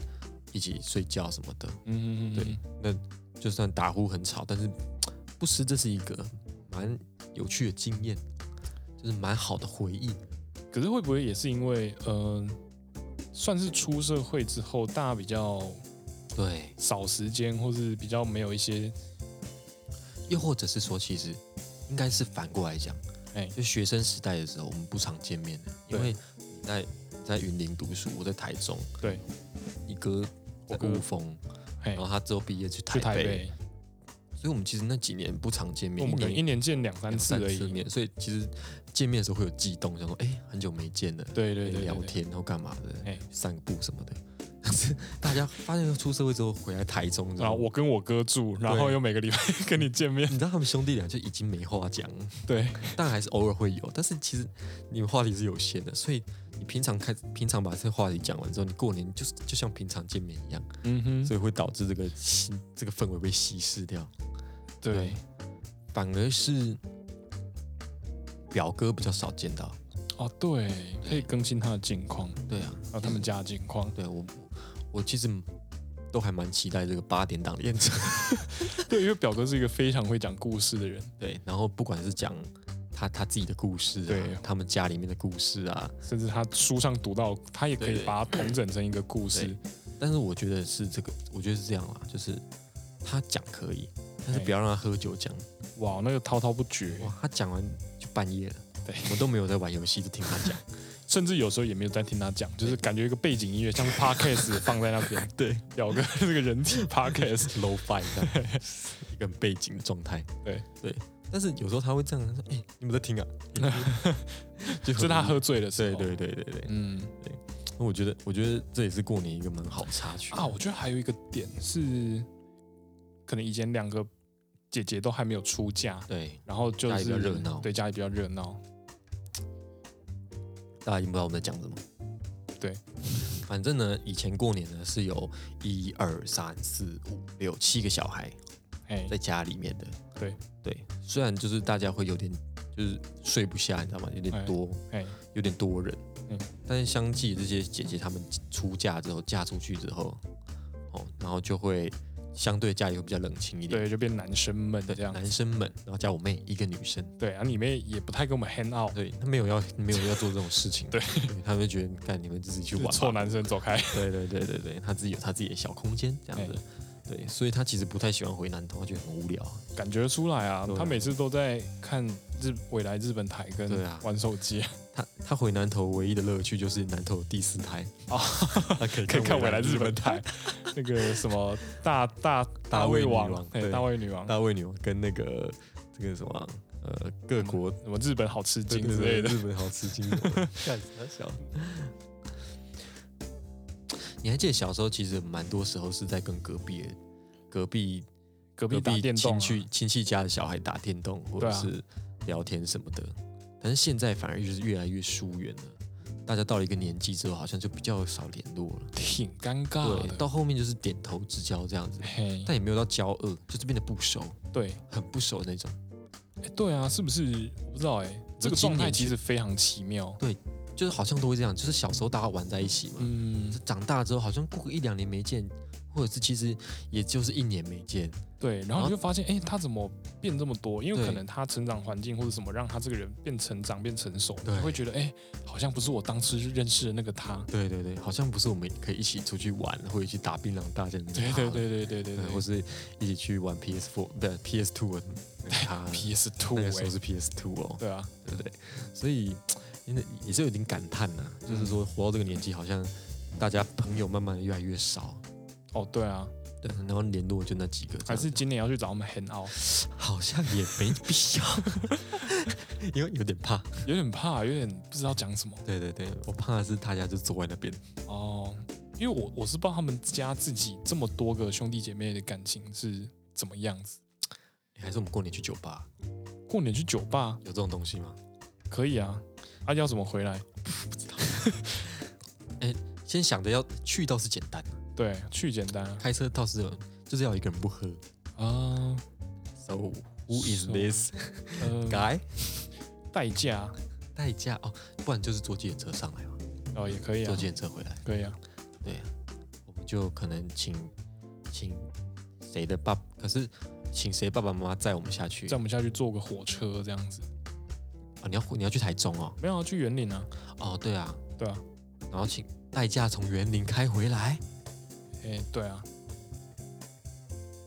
S1: 一起睡觉什么的。
S2: 嗯，
S1: 对，那就算打呼很吵，但是不失这是一个蛮有趣的经验，就是蛮好的回忆。
S2: 可是会不会也是因为，嗯、算是出社会之后，大家比较
S1: 对，
S2: 少时间，或是比较没有一些，
S1: 又或者是说，其实应该是反过来讲，
S2: 哎
S1: 就学生时代的时候，我们不常见面的，因
S2: 对
S1: 为你在你在云林读书，我在台中，
S2: 对，
S1: 你哥在
S2: 我哥
S1: 雾峰，
S2: 哎
S1: 然后，他之后毕业去哦台
S2: 去
S1: 北，
S2: 台北，
S1: 所以我们其实那几年不常见
S2: 我
S1: 面，
S2: 们可能一
S1: 年
S2: 年见两
S1: 两
S2: 三次
S1: 三
S2: 而
S1: 次
S2: 已，
S1: 面，所以其实见面的时候会有悸动，想说哎、很久没见了，
S2: 对对
S1: 可以
S2: 对对，
S1: 聊
S2: 对，
S1: 天然后干嘛的，
S2: 哎
S1: 散个步什么的。 [laughs] 但是大家发现出社会之后回来台中，你知
S2: 然
S1: 道
S2: 后
S1: 吗
S2: 我跟我哥住，然后
S1: 对
S2: 又每个礼拜跟你见面，
S1: 你知道他们兄弟俩就已经没话讲了。
S2: 对，
S1: 但还是偶尔会有。但是其实你们话题是有限的，所以你平常开平常把这个话题讲完之后，你过年就是就像平常见面一样，
S2: 嗯哼，
S1: 所以会导致这个稀这个氛围被稀释掉。
S2: 对，
S1: 反而是表哥比较少见到。
S2: 哦对，可以更新他的近况，
S1: 对啊，
S2: 然后他们家的近况，
S1: 对啊我我其实都还蛮期待这个八点档的演出。 [laughs]
S2: 对，因为表哥是一个非常会讲故事的人，
S1: 对，然后不管是讲。他他自己的故事啊，
S2: 对
S1: 他们家里面的故事啊，
S2: 甚至他书上读到，他也可
S1: 对
S2: 以
S1: 对
S2: 把它统整成一个故事
S1: 对。但是我觉得是这个，我觉得是这样啊，就是他讲可以，但是
S2: 哎
S1: 不要让他喝酒讲，
S2: 哇，那个滔滔不绝，
S1: 哇，他讲完就半夜了，
S2: 对
S1: 我都没有在玩游戏，就听他讲。
S2: 甚至有时候也没有在听他讲，就是感觉一个背景音乐像 podcast 放在那边，
S1: [laughs] 对
S2: 表哥 [laughs] 这个人体
S1: [laughs]
S2: podcast，
S1: ，low five 这样，一个很背景的状态。
S2: [laughs] 对
S1: 对，但是有时候他会这
S2: [laughs]
S1: 样他说：“哎、你们在听啊？”就很
S2: 就是他。喝醉的时
S1: 对
S2: 候。
S1: 对对对对，
S2: 嗯
S1: 那我觉得，我觉得这也是过年一个蛮好的插曲
S2: 啊，我觉得还有一个点是，可能以前两个姐姐都还没有出嫁，
S1: 对，
S2: 然后就
S1: 家里比
S2: 是
S1: 较热闹
S2: 对家里比较热闹，
S1: 大家已经不知道我们在讲什么。
S2: 对，
S1: 反正呢，以前过年呢是有一二三四五六七个小孩，
S2: 哎
S1: 在，家里面的。
S2: 对
S1: 对，虽然就是大家会有点就是睡不下，你知道吗？有
S2: 哎
S1: 点多，
S2: 哎，
S1: 有点多人。
S2: 嗯
S1: 但是相继这些姐姐她们出嫁之后，嫁出去之后，哦，然后就会相对家里会比较冷清一点。
S2: 对，就变男生们这样，
S1: 男生们，然后加我妹一个女生，
S2: 对啊，里面也不太跟我们 hang out，
S1: 对她没有
S2: [laughs]
S1: 要没有要做这种事情，
S2: 对
S1: 她们就觉得干你们自己去
S2: 就
S1: 玩
S2: 是
S1: 吧，
S2: 臭男生走开， [laughs]
S1: 对对对对对，她自己有她自己的小空间这样子，
S2: 哎
S1: 对，所以她其实不太喜欢回南投，她觉得很无聊，
S2: 感觉出来啊
S1: 对，啊
S2: 他每次都在看日未来日本台跟
S1: 对啊
S2: 玩手机，
S1: 他他回南投唯一的乐趣就是南投第四台
S2: 哦，
S1: [laughs] 他可以
S2: 可以看
S1: 未
S2: 未来日本台 [laughs] 那个什么大大
S1: [laughs] 大卫
S2: 卫
S1: 女
S2: 王
S1: 王，
S2: 哎
S1: 对
S2: 大卫女王，
S1: 大卫女王跟那个这个什么啊呃各国
S2: 什么日本好吃
S1: 对
S2: 惊
S1: 对
S2: 之
S1: 对
S2: 类的，
S1: 日本好吃惊，
S2: [laughs]
S1: 干啥小？ [laughs] 你还记得小时候，其实蛮多时候是在跟隔壁的、隔壁、
S2: 隔壁
S1: 隔
S2: 打
S1: 壁
S2: 电动
S1: 亲
S2: 啊
S1: 戚亲戚家的小孩打电动，或
S2: 对
S1: 者
S2: 啊
S1: 是聊天什么的。但是现在反而就是越来越疏远了。大家到了一个年纪之后，好像就比较少联络了。
S2: 挺尴尬
S1: 对，啊
S2: 的。
S1: 到后面就是点头之交这样子，
S2: 嘿，
S1: 但也没有到交恶，就是变得不熟，
S2: 对，
S1: 很不熟的那种。
S2: 哎对啊，是不是？我不知道哎、这个
S1: 今
S2: 状态
S1: 年
S2: 其
S1: 是
S2: 实非常奇妙。
S1: 就是好像都会这样，就是小时候大家玩在一起嘛，
S2: 嗯，
S1: 长大之后好像过个一两年没见，或者是其实也就是一年没见，
S2: 对，然
S1: 然
S2: 后
S1: 后
S2: 你就发现，哎、他怎么变这么多？因为
S1: 对
S2: 可能他成长环境或者什么，让他这个人变成长、变成熟，你
S1: 对
S2: 会觉得，哎、好像不是我当初认识的那个他。
S1: 对对对，好像不是我们可以一起出去玩，或者一起打槟榔大战那
S2: 对
S1: 个
S2: 对
S1: 他，
S2: 对对对对
S1: 对，或
S2: 对
S1: 是一起去玩 PS Four 不 PS
S2: [laughs]
S1: Two 的那个他，
S2: ，PS Two
S1: 那
S2: 哎
S1: 个时，候是 PS Two 哦，
S2: 对啊，
S1: 对不对？所以真的也是有点感叹呐、就是
S2: 嗯
S1: 说活到这个年纪，好像大家朋友慢慢的越来越少，
S2: 哦对啊，
S1: 对，然后联络就那几个这样子，
S2: 还是今年要去找他们 hang out，
S1: 好像也没必要， [laughs] 因为有点怕。
S2: 有点怕，有点不知道讲什么
S1: 对对对，我怕的是大家就坐在那边。
S2: 哦，因为我我是不知道他们家自己这么多个兄弟姐妹的感情是怎么样子。
S1: 还是我们过年去酒吧，
S2: 过年去酒吧
S1: 有这种东西吗？
S2: 可以啊，啊要怎么回来？
S1: 先想着要去倒是简单，
S2: 对，去简单啊
S1: 开车倒是有就是要有一个人不喝。
S2: 啊，
S1: So who is
S2: So-
S1: this
S2: 呃
S1: guy？
S2: 代驾
S1: 代驾哦，不然就是坐计程车上来嘛，
S2: 哦，也可以
S1: 坐
S2: 啊，
S1: 计程车回来。
S2: 可以啊，
S1: 对啊，我们就可能请请谁的爸，可是请谁爸爸妈妈载我们下去
S2: 载我们下去坐个火车这样子，
S1: 哦？你要你要去台中哦？
S2: 没有、啊、去园林啊，
S1: 哦，对啊，
S2: 对啊，
S1: 然后请代驾从园林开回来。
S2: 哎、
S1: [laughs]
S2: 对啊，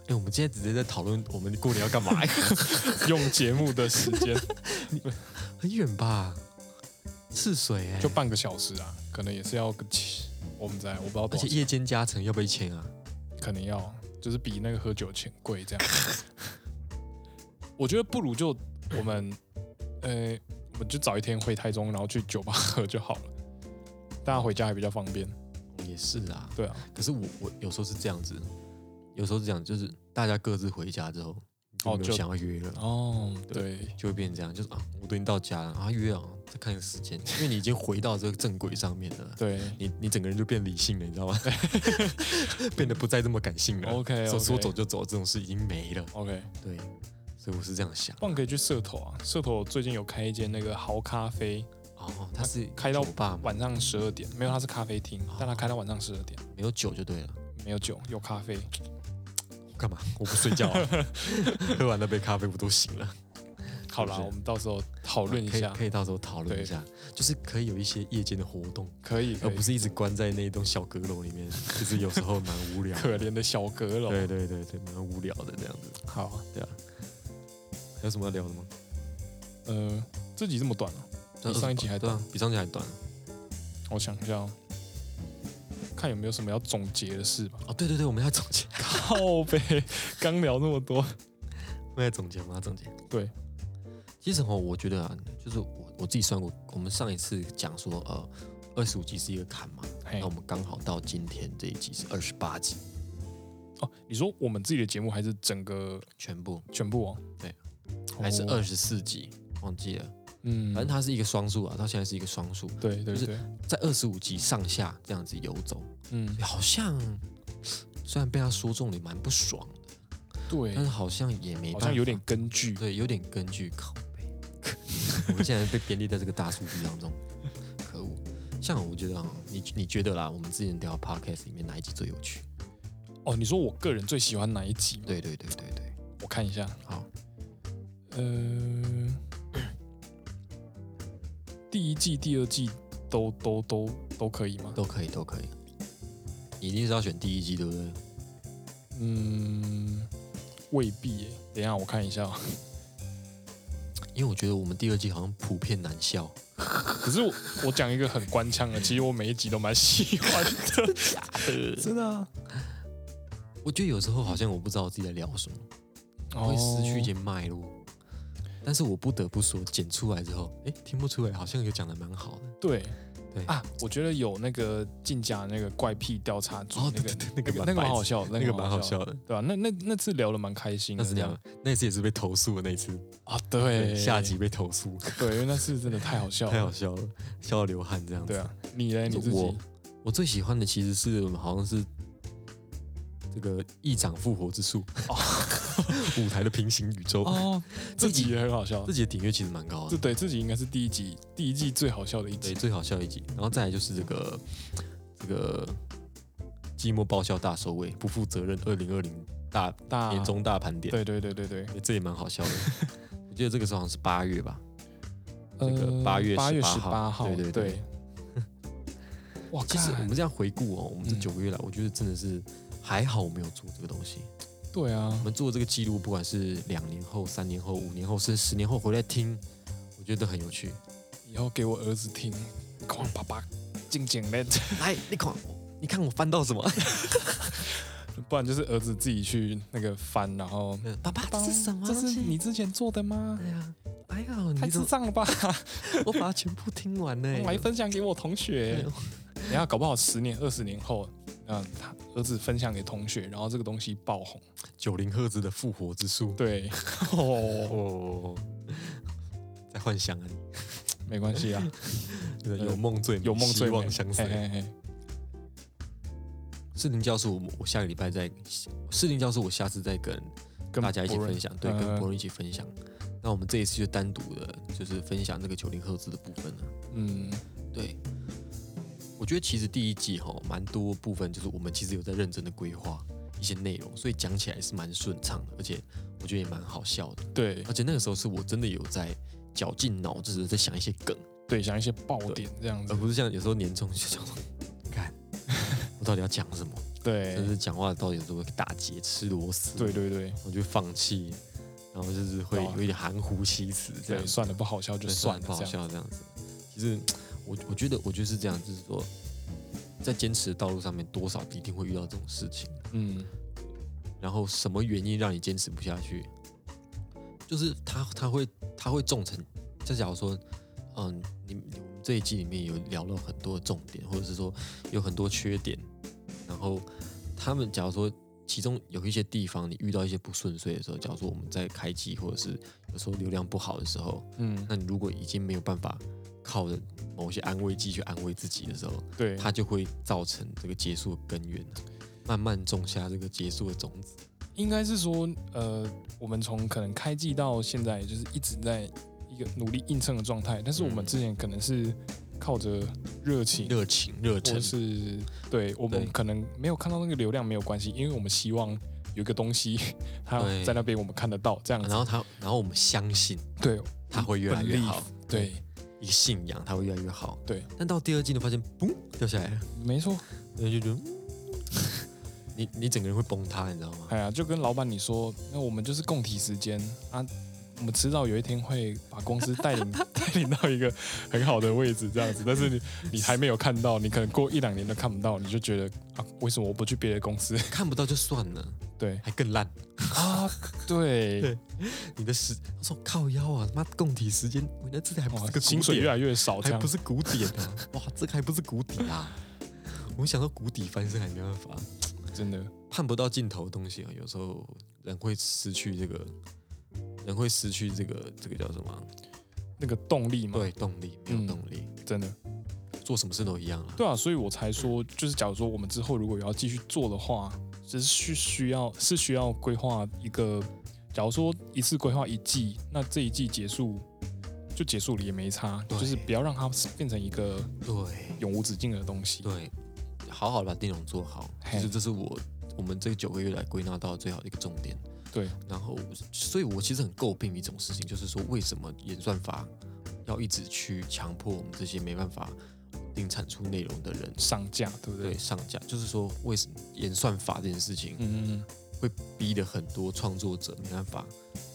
S1: 哎，我们今天直接在讨论我们过年要
S2: [laughs]
S1: 干嘛、
S2: 用节目的时间
S1: 很远吧？赤水哎、
S2: 就半个小时啊，可能也是要个七，我们在我不知道
S1: 而
S2: 多少
S1: 且
S2: 钱，
S1: 夜间加成要不要一千啊？
S2: 可能要就是比那个喝酒钱贵 [laughs] 这样，我觉得不如就我们，呃，我们就早一天回台中，然后去酒吧喝就好了，大家回家还比较方便，
S1: 也是啊，
S2: 对啊，
S1: 可是我我有时候是这样子，有时候是这样，就是大家各自回家之后，就
S2: 哦
S1: 没有
S2: 就
S1: 想要约了，
S2: 哦，对。
S1: 就会变成这样，就是啊，我都已经到家了啊，约啊，再看个时间，因为你已经回到这个正轨上面了，
S2: 对
S1: 你你整个人就变理性了，你知道
S2: [laughs]
S1: 吗？变得不再这么感性了。
S2: ，OK，
S1: 说说走就走这种事已经没了，
S2: OK，
S1: 对，所以我是这样想。
S2: 不然可以去社头啊，社头最近有开一间那个豪咖啡，
S1: 哦，他是
S2: 开到
S1: 酒吧嘛，
S2: 晚上十二点，没有它是咖啡厅
S1: 哦，
S2: 但它开到晚上十二点，
S1: 没有酒就对了。
S2: 没有酒，有咖啡。
S1: 干嘛？我不睡觉、
S2: [laughs]
S1: 啊，喝完那杯咖啡我都醒了。
S2: 好啦，
S1: 是不是
S2: 我们到时候讨论一
S1: 可以
S2: 下，
S1: 可以到时候讨论
S2: 对
S1: 一下，就是可以有一些夜间的活动，
S2: 可以，
S1: 而
S2: 可以
S1: 不是一直关在那栋小阁楼里面，其实有时候蛮无聊的。
S2: [laughs] 可怜的小阁楼。
S1: 对啊对对对，蛮无聊的这样子。
S2: 好，
S1: 还有什么要聊的吗？
S2: 呃，这集这么短啊，比上一集还
S1: 对
S2: 短
S1: 啊，比上一集还短。
S2: 我想一下哦，看有没有什么要总结的事
S1: [laughs]
S2: 吧。
S1: 哦，对对对，我们要总结， [laughs]
S2: 靠呗，刚聊那么多，
S1: 我们要总结，我们要总结。
S2: 对，
S1: 其实哦，我觉得啊，就是我我自己算过，我们上一次讲说，呃，二十五集是一个坎嘛，
S2: 嘿
S1: 那我，们刚好到今天这一集是二十八集，
S2: [laughs] 哦，你说我们自己的节目还是整个
S1: 全部
S2: 全部哦？
S1: 对啊
S2: 哦，
S1: 还是二十四集，忘记了。
S2: 嗯，
S1: 反正它是一个双数啊，到现在是一个双数，
S2: 对对
S1: 就是
S2: 对，
S1: 在二十五集上下这样子游走，
S2: 嗯，
S1: 好像虽然被他说中了，也蛮不爽的，
S2: 对
S1: 但，是好像也没办
S2: 好
S1: 法
S2: 像有点根据。
S1: 对，有点根据拷 [laughs] 贝。我们现在被编列在这个大数据当中，可恶！像我觉得啊，你你觉得啦，我们之前聊 podcast 里面哪一集最有趣？
S2: 哦，你说我个人最喜欢哪一集吗？
S1: 对对对对对，
S2: 我看一下。
S1: 好，
S2: 呃，第一季、第二季都都都都可以吗？
S1: 都可以都可以。你一定是要选第一季，对不对？
S2: 嗯，未必耶。等一下，我看一下 [laughs] 哦。
S1: 因为我觉得我们第二季好像普遍难笑。
S2: 可是我我讲一个很官腔的，其实我每一集都蛮喜欢的，
S1: [laughs]
S2: 真的啊。哦
S1: 哦我觉得有时候好像我不知道我自己在聊什么，我会失去一些脉络。但是我不得不说，剪出来之后，哎，听不出来，好像也讲的蛮好的。
S2: 对
S1: 对
S2: 啊，我觉得有那个进甲那个怪癖调查组
S1: 哦，对
S2: 那
S1: 对
S2: 个
S1: 对，
S2: 那
S1: 那个
S2: 个那个蛮好
S1: 白痴，
S2: 笑的，
S1: 那个蛮
S2: 蛮
S1: 好
S2: 笑
S1: 笑
S2: 的，
S1: 的。
S2: 对吧、啊那那那次聊的蛮开心
S1: 那
S2: 的，
S1: 是
S2: 这
S1: 两
S2: 样，
S1: 那次也是被投诉的那一次，
S2: 啊，对，
S1: 下集被投
S2: [laughs]
S1: 诉，
S2: 对，因为那次真的太好笑了，
S1: 太好笑了，笑到流汗这样子。
S2: 对啊，你嘞你自
S1: 我
S2: 己
S1: 我最喜欢的其实是好像是这个议长复活之术， [laughs] 舞台的平行宇宙，
S2: 哦，这集也很好笑
S1: 自，己的点阅其实蛮高
S2: 这
S1: 的，
S2: 对自己应该是第一集第一季最好笑的一
S1: 对，
S2: 集，
S1: 最好笑一集。然后再来就是这个这个寂寞爆笑大收尾，不负责任二零二零大
S2: 大
S1: 年终大盘点，
S2: 啊对对对对对，
S1: 对，这也蛮好
S2: [laughs]
S1: 笑的。我记得这个时候好像是八月吧，这个
S2: 呃
S1: 8月
S2: 八月
S1: 18
S2: 八
S1: 号
S2: 号，
S1: 对对对 [laughs]
S2: 对，哇，
S1: 其实我
S2: 干
S1: 们这样回顾哦，我们这
S2: 嗯
S1: 九个月来，我觉得真的是还好，我没有做这个东西。
S2: 对
S1: 我
S2: 啊，
S1: 们做这个记录，不管是两年后、三年后、五年后，甚至十年后回来听，我觉得很有趣。
S2: 以后给我儿子听，哐爸爸静静嘞，
S1: 来，你看，你看我翻到 [laughs] 什么？
S2: [laughs] 不然就是儿子自己去那个翻，然后
S1: 爸爸，这是什么
S2: 这
S1: 东
S2: 是
S1: 西？
S2: 你之前做的吗
S1: 哎？呀，哎呀，你
S2: 太
S1: 怎
S2: 智
S1: 么 [laughs]
S2: 障了吧！
S1: 我把它全部听完 [laughs] 呢？
S2: 来分享给我同
S1: [laughs]
S2: 学
S1: 哎呦。
S2: 等一下搞不好十年、二十年后，嗯，他儿子分享给同学，然后这个东西爆红。
S1: 九零赫兹的复活之术。 [laughs]
S2: 对，哦，
S1: 哦，在幻想啊，你
S2: 没关系啊，
S1: [laughs] 对
S2: 呃
S1: 有梦最美哎
S2: 有梦最
S1: 希
S2: 美哎
S1: 望相
S2: 嘿
S1: 随。
S2: 嘿嘿
S1: 士林教授，我我下个礼拜再士林教授，我下次再跟
S2: 跟
S1: 大家一起
S2: 博瑞
S1: 分享，对，跟
S2: 呃
S1: 博伦一起分享。那我们这一次就单独的，就是分享那个九零赫兹的部分了。
S2: 嗯，
S1: 对，我觉得其实第一季哈，蛮多部分就是我们其实有在认真的规划一些内容，所以讲起来是蛮顺畅的，而且我觉得也蛮好笑的。
S2: 对
S1: 而且那个时候是我真的有在绞尽脑汁的在想一些梗，
S2: 对，想一些爆点这样
S1: 而
S2: 子，
S1: 不是像有时候年终就想说，
S2: [laughs]
S1: 看我到底要讲什么，甚
S2: 对
S1: 至讲话到底有时候会打结、吃螺丝，
S2: 对对对
S1: 我就放弃，然后就是会
S2: 对啊
S1: 有一点含糊其辞这样
S2: 对，
S1: 子。
S2: 算了，不好笑就
S1: 对
S2: 算了，
S1: 不好
S2: 这样
S1: 笑这样子。其实我我觉得我就是这样，就是说，在坚持的道路上面，多少一定会遇到这种事情。
S2: 嗯，
S1: 然后什么原因让你坚持不下去？就是他他会他会重成，就假如说，嗯，你你我们这一季里面有聊了很多重点，或者是说有很多缺点，然后他们假如说其中有一些地方你遇到一些不顺遂的时候，假如说我们在开机或者是有时候流量不好的时候，
S2: 嗯，
S1: 那你如果已经没有办法靠着某些安慰剂去安慰自己的时候，
S2: 对，
S1: 它就会造成这个结束的根源，啊慢慢种下这个结束的种子。
S2: 应该是说，呃，我们从可能开季到现在，就是一直在一个努力硬撑的状态，但是我们
S1: 嗯
S2: 之前可能是靠着热情，
S1: 热情、热
S2: 或
S1: 忱，
S2: 是对我们
S1: 对
S2: 可能没有看到那个流量没有关系，因为我们希望有一个东西 [laughs] 它
S1: 对
S2: 在那边我们看得到，这样
S1: 然
S2: 子，
S1: 后它，然后我们相信
S2: 对
S1: 它会越来越好，
S2: 对，
S1: 一个信仰它会越来越好。
S2: 对，
S1: 但到第二季呢，发现嘣掉下来了，
S2: 没错，
S1: 那就觉得。嗯 [laughs] 你你整个人会崩塌，你知道
S2: [laughs]
S1: 吗？
S2: 哎呀，就跟老板你说，那我们就是供体时间啊，我们迟早有一天会把公司带领 [laughs] 带领到一个很好的位置，这样子。但是你你还没有看到，你可能过一两年都看不到，你就觉得啊，为什么我不去别的公司？ [laughs]
S1: 看不到就算了，
S2: 对
S1: 还更烂。
S2: 啊，对，
S1: 你的时，他说靠腰啊，他妈供体时间，我那这还不
S2: 哇
S1: 是个
S2: 薪
S1: 薪
S2: 水
S1: 水
S2: 越来越少，这
S1: 还
S2: 样
S1: 不是谷底啊！哇，这个还不是谷底啊！我想到谷底翻身还没办法，
S2: 真的，
S1: 看不到尽头的东西啊，有时候人会失去这个，人会失去这个这个叫什么啊？
S2: 那个动力嘛，
S1: 对，动力没有动力，
S2: 真的，
S1: 做什么事都一样了。
S2: 对啊，所以我才说，就是假如说我们之后如果要继续做的话，只是需需要是需要规划一个，假如说一次规划一季，那这一季结束就结束了也没差，
S1: 对
S2: 就是不要让它变成一个
S1: 对
S2: 永无止境的东西。
S1: 对，好好地把内容做好，
S2: 嘿
S1: 就是这是我我们这九个月来归纳到最好的一个重点。
S2: 对
S1: 然后，所以我其实很诟病一种事情，就是说为什么演算法要一直去强迫我们这些没办法稳定产出内容的人
S2: 上架对不对？
S1: 对上架，就是说为什么演算法这件事情
S2: 嗯嗯
S1: 会逼得很多创作者没办法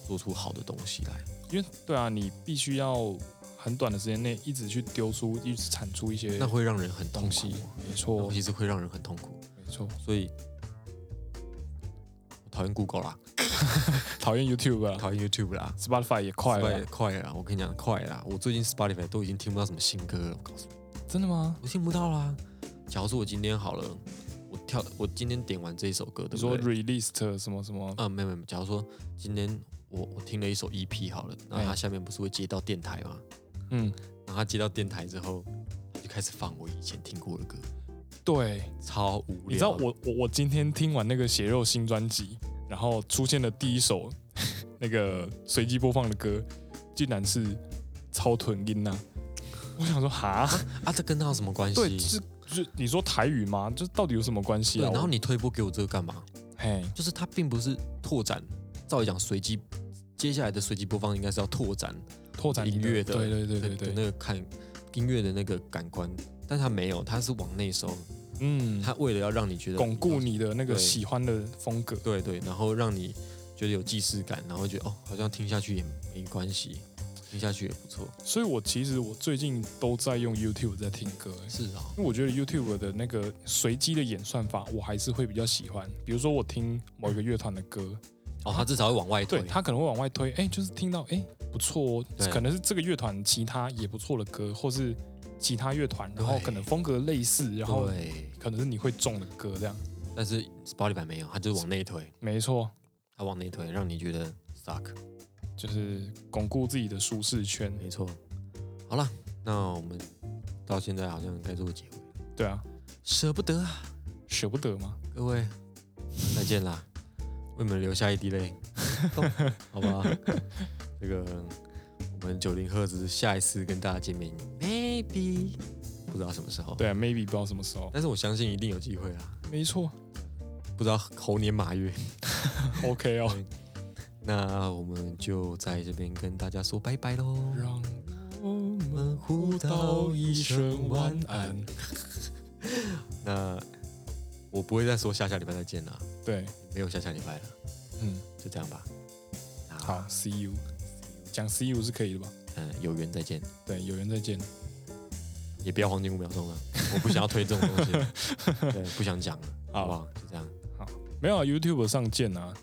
S1: 做出好的东西来。
S2: 嗯，因为对啊，你必须要很短的时间内一直去丢出，一直产出一些
S1: 那会让人很痛
S2: 东
S1: 苦啊
S2: 西，，没
S1: 尤
S2: 错
S1: 其是会让人很痛苦。
S2: 没错。
S1: 所以，我讨厌 Google 啦，
S2: 讨厌 YouTube 啊
S1: 讨厌 YouTube 啦。
S2: ，Spotify 也快
S1: Spotify
S2: 了
S1: 快啦！我跟你讲，快啦！我最近 Spotify 都已经听不到什么新歌了，我告诉你，
S2: 真的吗？
S1: 我听不到啦。假如说我今天好了，我跳，我今天点完这一首歌，
S2: 你
S1: 对不
S2: 说
S1: 对？
S2: released 什么什么？
S1: 啊，没有没有，假如说今天我我听了一首 EP 好了，
S2: 哎
S1: 然后它下面不是会接到电台吗？
S2: 嗯，
S1: 然后它接到电台之后，它就开始放我以前听过的歌，
S2: 对，
S1: 超无聊。
S2: 你知道我我我今天听完那个血肉新专辑，然后出现的第一首 [laughs] 那个随机播放的歌，竟然是《超屯音》呐！我想说哈，
S1: 啊，这跟它有什么关系？
S2: 对，是就是你说台语吗？这到底有什么关系
S1: 对
S2: 啊？
S1: 然后
S2: 我
S1: 你推播给我这个干嘛？
S2: 嘿，
S1: 就是它并不是拓展，照理讲随机，接下来的随机播放应该是要拓展
S2: 拓展你
S1: 音乐的，
S2: 对对对
S1: 的
S2: 对对，
S1: 那个看音乐的那个感官，但它没有，它是往内收，
S2: 嗯，
S1: 它为了要让你觉得
S2: 巩固，你的那个
S1: 对
S2: 喜欢的风格，
S1: 对对，然后让你觉得有既视感，然后觉得哦，好像听下去也没关系，听下去也不错，
S2: 所以我其实我最近都在用 YouTube 在听歌、欸
S1: 是啊、
S2: 因为我觉得 YouTube 的那个随机的演算法，我还是会比较喜欢。比如说我听某一个乐团的歌，
S1: 哦，哦，它至少会往外推
S2: 对，他可能会往外推，哎、就是听到哎、不错哦
S1: 对，
S2: 可能是这个乐团其他也不错的歌，或是其他乐团，然后
S1: 对
S2: 可能风格类似，然后
S1: 对，
S2: 可能是你会中的歌这样。
S1: 但是 Spotify 没有，它就是往内推，
S2: 没错，
S1: 它往内推，让你觉得 suck，
S2: 就是巩固自己的舒适圈。
S1: 没错。好了，那我们到现在好像该做个结尾，
S2: 对啊，
S1: 舍不得啊，
S2: 舍不得嘛。
S1: 各位，再见啦，为你们留下一滴 [laughs] 泪，好不好？这个我们九零赫兹下一次跟大家见面，maybe 不知道什么时候，
S2: 对、啊、，maybe 不知道什么时候。
S1: 但是我相信一定有机会啦，
S2: 没错
S1: 不知道猴年马月。
S2: ，OK 哦。
S1: 那我们就在这边跟大家说拜拜喽，
S2: 让我
S1: 我
S2: 们
S1: 们互道
S2: 道
S1: 一
S2: 一
S1: 声
S2: 声
S1: 晚安
S2: 晚安。。
S1: 那我不会再说下下礼拜再见啦，
S2: 对，
S1: 没有下下礼拜了，
S2: 嗯，
S1: 就这样吧。那
S2: 好，，See you，讲 See you 是可以的吧？
S1: 嗯，有缘再见，
S2: 对，有缘再见。
S1: 也不要黄金五秒钟 [laughs] 了，我不想要推这种东西 [laughs] 了，对，不想讲了，好不好？就这样。
S2: 没有、啊、YouTube 上见啊，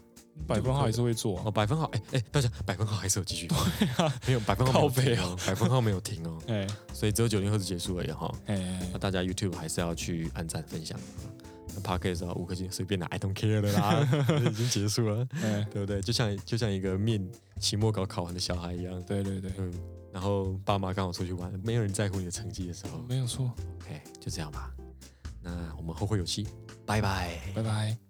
S2: 百分号还是会做、
S1: 哦，
S2: 啊。
S1: 百分号，哎哎，不要讲，百分号还是有继续。对啊，没有百分号没
S2: 靠
S1: 有停
S2: 北
S1: 哦，百分号没有停哦，
S2: 哎
S1: 所以只有九零赫兹结束而已哈。
S2: 哎哎
S1: 那，大家 YouTube 还是要去按赞分享。那 Podcast 啊，五颗星随便拿，I don't care 了 [laughs] 啦，已经结束了，
S2: 哎
S1: 对不对？就像就像一个面期末考考完的小孩一样，
S2: 对对对，
S1: 嗯，然后爸妈刚好出去玩，没有人在乎你的成绩的时候嗯
S2: 没有错。
S1: ，OK，就这样吧。那我们后会有期，拜拜。
S2: 拜拜。